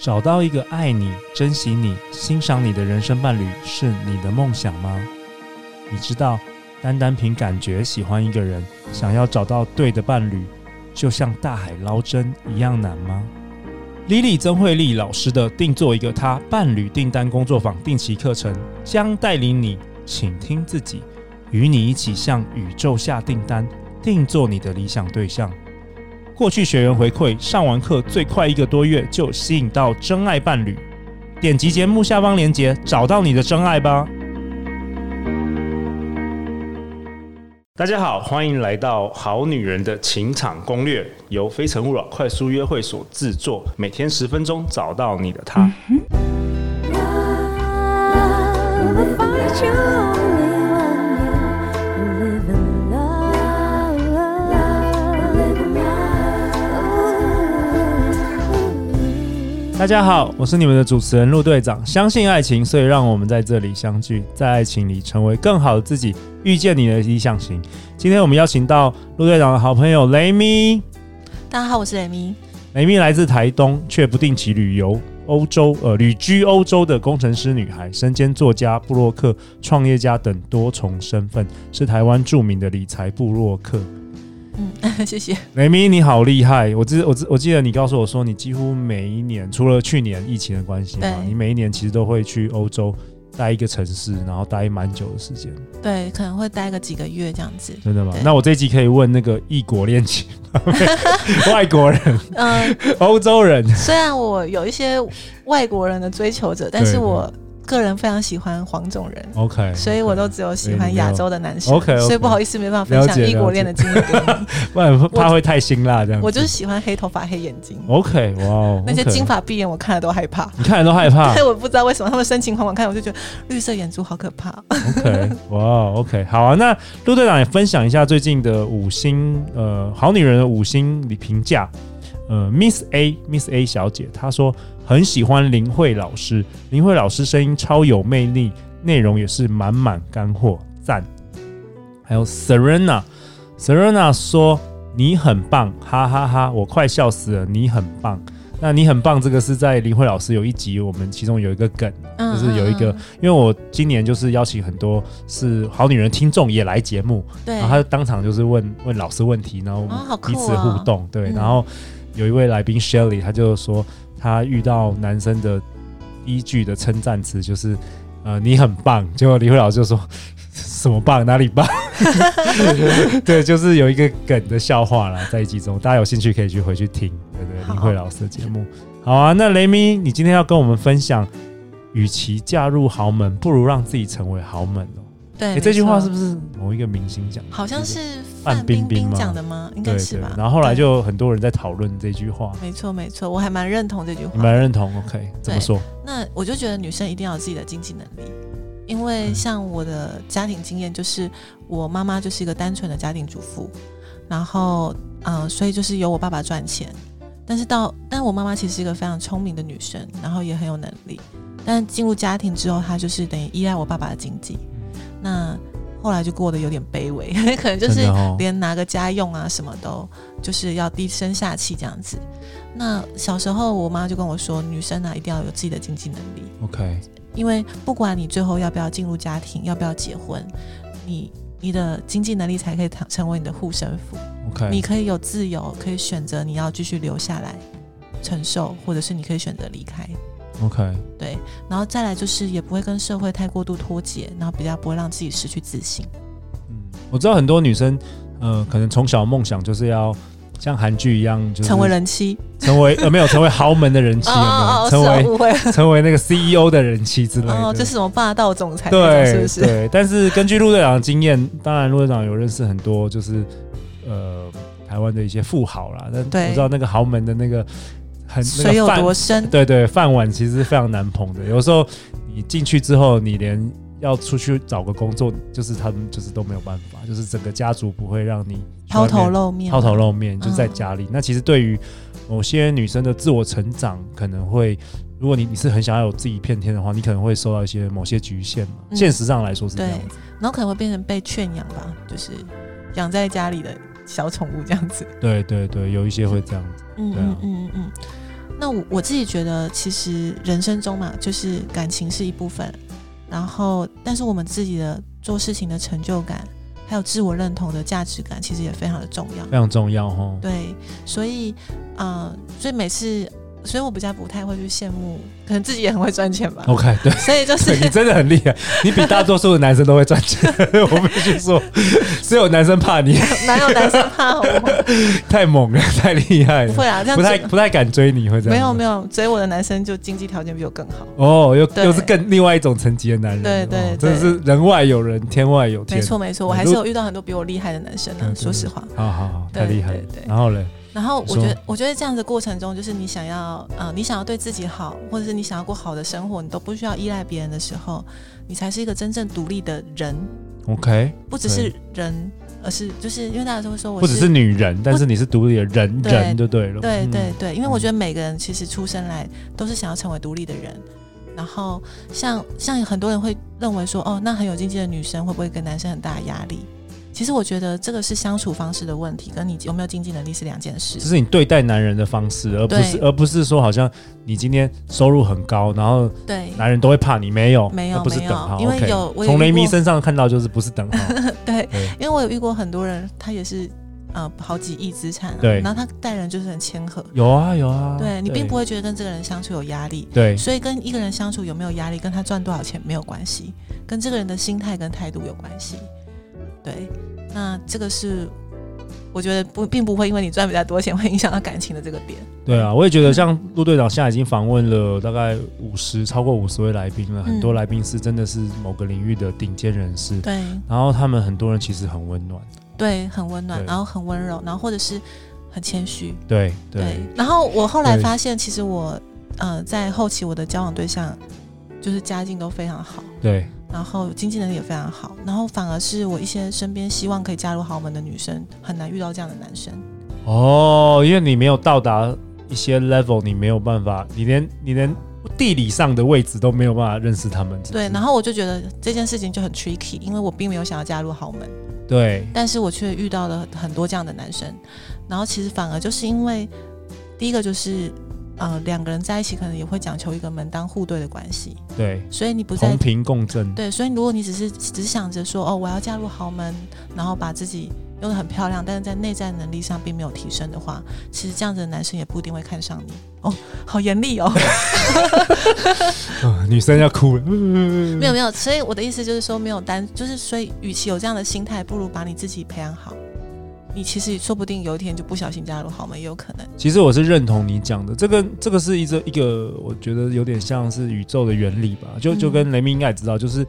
找到一个爱你、珍惜你、欣赏你的人生伴侣，是你的梦想吗？你知道，单单凭感觉喜欢一个人，想要找到对的伴侣，就像大海捞针一样难吗？Lily 曾慧丽老师的“定做一个他”伴侣订单工作坊定期课程，将带领你倾听自己，与你一起向宇宙下订单，定做你的理想对象。过去学员回馈，上完课最快一个多月就吸引到真爱伴侣。点击节目下方链接，找到你的真爱吧。大家好，欢迎来到《好女人的情场攻略》，由非诚勿扰快速约会所制作，每天十分钟，找到你的他。 Love, I find you only one you live in love, live in love. 大家好，我是你们的主持人陆队长。相信爱情，所以让我们在这里相聚，在爱情里成为更好的自己，遇见你的理想型。今天我们邀请到陆队长的好朋友雷米。大家好，我是雷咪。雷米来自台东，却不定期旅游欧洲，呃，旅居欧洲的工程师女孩，身兼作家、布洛克、创业家等多重身份，是台湾著名的理财布洛克。嗯， 谢谢。雷米，你好厉害！我记我记我记得你告诉我说，你几乎每一年，除了去年疫情的关系嘛，对你每一年其实都会去欧洲待一个城市，然后待蛮久的时间，对，可能会待个几个月这样子。 真的吗对？那我这一集可以问那个异国恋 情，外国人、嗯，欧洲人，虽然我有一些外国人的追求者，但是对我个人非常喜欢黄种人， OK，所以我都只有喜所以欢你没有亚洲的男生。 OK，OK 所以不好意思，没办法分了享解异国恋的经 历给你。不然怕会太辛辣这样子。我就是喜欢黑头发、黑眼睛， OK，哇哦，那些 OK 啊金发碧眼，我看了都害怕。你看人都害 怕对，。我不知道为什么他们深情款款看，我就觉得绿色眼珠好可怕。 OK，哇，OK，好啊。那陆队长也分享一下最近的五星呃好女人的五星评价。呃，Miss A Miss A 小姐她说很喜欢林慧老师，林慧老师声音超有魅力，内容也是满满干货，赞。还有 Serena Serena 说你很棒，哈哈哈我快笑死了，你很棒。那你很棒，这个是在林慧老师有一集，我们其中有一个梗，嗯 就是有一个嗯因为我今年就是邀请很多是好女人听众也来节目，嗯对然啊后他就当场就是问问老师问题，然后我哦好们酷彼此互动，对，嗯然后有一位来宾 Shelly，他就说他遇到男生的第一句的称赞词就是呃你很棒，结果李慧老师就说。 什么棒？哪里棒？ 对，就是有一个梗的笑话啦，在一集中，大家有兴趣可以去回去听，对对，好林慧老师的节目。好啊，那雷米，你今天要跟我们分享，与其嫁入豪门，不如让自己成为豪门哦。对、哎、这句话是没错不是某一个明星讲的？好像是范范冰冰冰冰吗讲的吗？应对该对是吧。然后后来对就很多人在讨论这句话，没错，没错，我还蛮认同这句你们话。认同？OK，怎么说？那我就觉得女生一定要有自己的经济能力，因嗯为像我的家庭经验，就是我妈妈就是一个单纯的家庭主妇，然后嗯、呃所以就是由我爸爸赚钱。但是到，但我妈妈其实是一个非常聪明的女生，然后也很有能力。但进入家庭之后，她就是等于依赖我爸爸的经济。那后来就过得有点卑微， 可能就是真的哦连拿个家用啊什么都就是要低声下气这样子。那小时候我妈就跟我说，女生啊一定要有自己的经济能力， OK，因为不管你最后要不要进入家庭，要不要结婚，你你的经济能力才可以成成为你的护身符。 OK，你可以有自由，可以选择你要继续留下来承受，或者是你可以选择离开。 OK，然后再来就是也不会跟社会太过度脱节，然后比较不会让自己失去自信。嗯，我知道很多女生，呃，可能从小梦想就是要像韩剧一样，就是成为人哦妻，成为呃没有成为豪门的人 妻，有没有？成为啊误会了。成为那个 CEO 的人妻之类的。哦，这是什么霸道总裁那种，是对不是？对，但是根据陆队长的经验，当然陆队长有认识很多，就是呃台湾的一些富豪啦。但对我知道那个豪门的那个很那 水个有饭，多深？对对，饭碗其实是非常难捧的。有时候你进去之后，你连要出去找个工作，就是他们就是都没有办法，就是整个家族不会让你抛头露。露面，抛头露面，就在嗯家里。那其实对于某些女生的自我成长，可能会，如果你你是很想要有自己一片天的话，你可能会受到一些某些局限嘛。嗯现实上来说是这样对子。然后可能会变成被圈养吧，就是养在家里的小宠物这样子。对对对，有一些会这样子。嗯对啊嗯嗯嗯嗯。那我我自己觉得，其实人生中嘛，就是感情是一部分，然后但是我们自己的做事情的成就感，还有自我认同的价值感，其实也非常的重要。非常重要哦。对，所以，呃，所以每次，所以我比较不太会去羡慕，可能自己也很会赚钱吧。 OK，对，所 以就是哦对你真的很厉害，你比大多数的男生都会赚钱， 我必须说，只有男生怕你哪有男生 怕我？太猛了，太厉害不了，会啊，这样不太子不太敢追你，会这样。没有没。有追我的男生就经济条件比我更好。哦，又对又是更另外一种层级的男人，对对哦对真的是人外有人，天外有天。没，错没错，我还是有遇到很多比我厉害的男生嗯啊，对说实话。好好好，对太厉害了对对。然后嘞，然后你我说觉得，我觉得这样的过程中，就是你想要，呃，你想要对自己好，或者是你想要过好的生活，你都不需要依赖别人的时候，你才是一个真正独立的人， OK，不只是人，而是就是因为大家都会说我不只是女人，但是你是独立的人，对人就对了。对嗯对，对，因为我觉得每个人其实出生来都是想要成为独立的人。然后像像很多人会认为说，哦，那很有经济的女生会不会给男生很大的压力？其实我觉得这个是相处方式的问题，跟你有没有经济能力是两件事这。是你对待男人的方式，而不对是而不是说好像你今天收入很高，然后对男人都会怕你，没有，没有那不是没有等号，因为 OK 有我有从雷遇米过身上看到就是不是 等号，对，对因为我有遇过很多人，他也是呃好几亿资产、啊，对然后他待人就是很谦和，有啊有啊，对你并不会觉得跟这个人相处有压力。对所以跟一个人相处有没有压力，跟他赚多少钱没有关系，跟这个人的心态跟态度有关系。对，那这个是我觉得不并不会因为你赚比较多钱会影响到感情的这个点。对啊，我也觉得像陆队长现在已经访问了大概五十超过五十位来宾了，很多嗯来宾是真的是某个领域的顶尖人士，对然后他们很多人其实很温暖，对，很温暖，对然后很温柔，然后或者是很谦虚。对对，然后我后来对发现，其实我呃在后期我的交往对象就是家境都非常好，对然后经济能力也非常好，然后反而是我一些身边希望可以嫁入豪门的女生很难遇到这样的男生。哦，因为你没有到达一些 level，你没有办法，你连你连地理上的位置都没有办法认识他们，对，然后后我就觉得这件事情就很 tricky，因为我并没有想要加入豪门，对但是我却遇到了很多这样的男生，然后其实反而就是因为第一个就是呃两个人在一起可能也会讲求一个门当户对的关系，对，所以你不在同频共振，对，所以如果你只是只想着说哦我要嫁入豪门，然后把自己用的很漂亮，但是在内在能力上并没有提升的话，其实这样子的男生也不一定会看上你哦，好严厉哦。啊女生要哭了，没没有没有，所以我的意思就是说，没有单就是，所以与其有这样的心态，不如把你自己培养好。你其实说不定有一天就不小心加入豪门，也有可能。其实我是认同你讲的，这个这个是一个一个，我觉得有点像是宇宙的原理吧，就嗯就跟雷明应该也知道，就是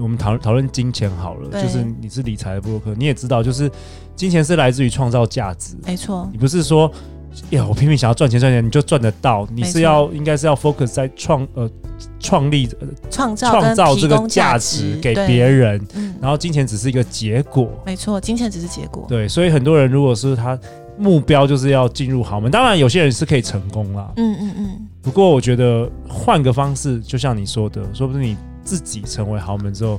我们讨讨论金钱好了，对就是你是理财的博客，你也知道，就是金钱是来自于创造价值，没错，你不是说。哎呀，我拼命想要赚钱赚钱，你就赚得到。你是没错要应该是要 focus 在创呃创立呃创造创跟造提这个供价值值给对别人，嗯，然后金钱只是一个结果。没错，金钱只是结果。对，所以很多人如果是他目标就是要进入豪门，当然有些人是可以成功啦。嗯嗯嗯，不过我觉得换个方式，就像你说的，说不定你自己成为豪门之后，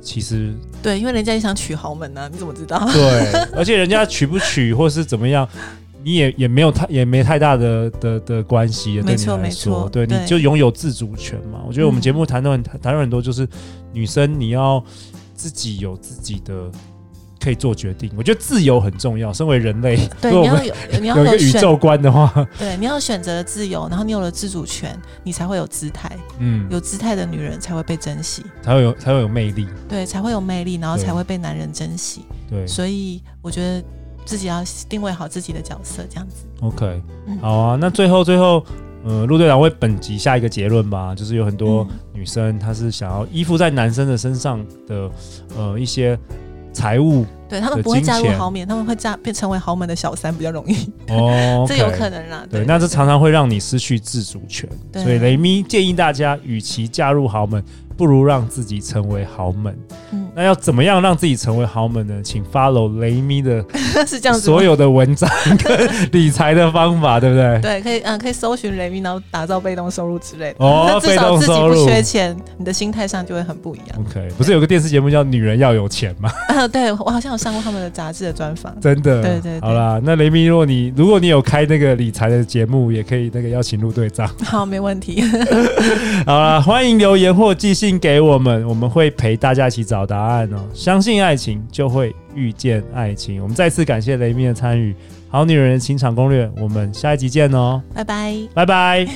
其 实对，因为人家也想娶豪门啊呢、你怎么知道？对，而且人家娶不娶或是怎么样，你也也没有太也没太大的的的关系，对没你错来没说错，对，你对就拥有自主权嘛。我觉得我们嗯节目谈论谈论很多，就是女生你要自己有自己的。可以做决定，我觉得自由很重要。身为人类，对，如果你我们要有你要有一个有宇选，宙观的话，对，你要有选择的自由，然后你有了自主权，你才会有姿态，嗯，有姿态的女人才会被珍惜，才会有才会有魅力。对，才会有魅力，然后对才会被男人珍惜。对所以我觉得自己要定位好自己的角色，这样子。 ，OK，嗯好啊。那最后最后，呃，陆队长为本集下一个结论吧，就是有很多嗯女生她是想要依附在男生的身上的，呃，一些财 务对他对们不会金嫁入钱豪门，他们会嫁变成为豪门的小三比较容易，哦，这有 OK 可。能啊啦。对，那这常常会让你失去自主权，对所以雷咪建议大家，与其嫁入豪门，不如让自己成为豪门。嗯， 那要怎么样让自己成为豪门呢？请 follow 雷咪的是这样子吗。所有的文章跟理财的方法，对不对？对，可以嗯，可以搜寻雷米，然后打造被动收入之类的。哦 那，至被少动自己收不入。缺钱，你的心态上就会很不一样。 OK，不是有个电视节目叫《女人要有钱》吗？啊，对我好像有上过他们的杂志的专访。真的，对对对好啦，那雷米，若你如果你有开那个理财的节目，也可以那个邀请陆队长。 好，没问题。 好啦，欢迎留言或寄信给我们，我们会陪大家一起找答案哦。相信爱情，就会遇见爱情。我们再次感谢雷米的参与，《好女人的情场攻略》，我们下一集见哦，拜拜。拜拜。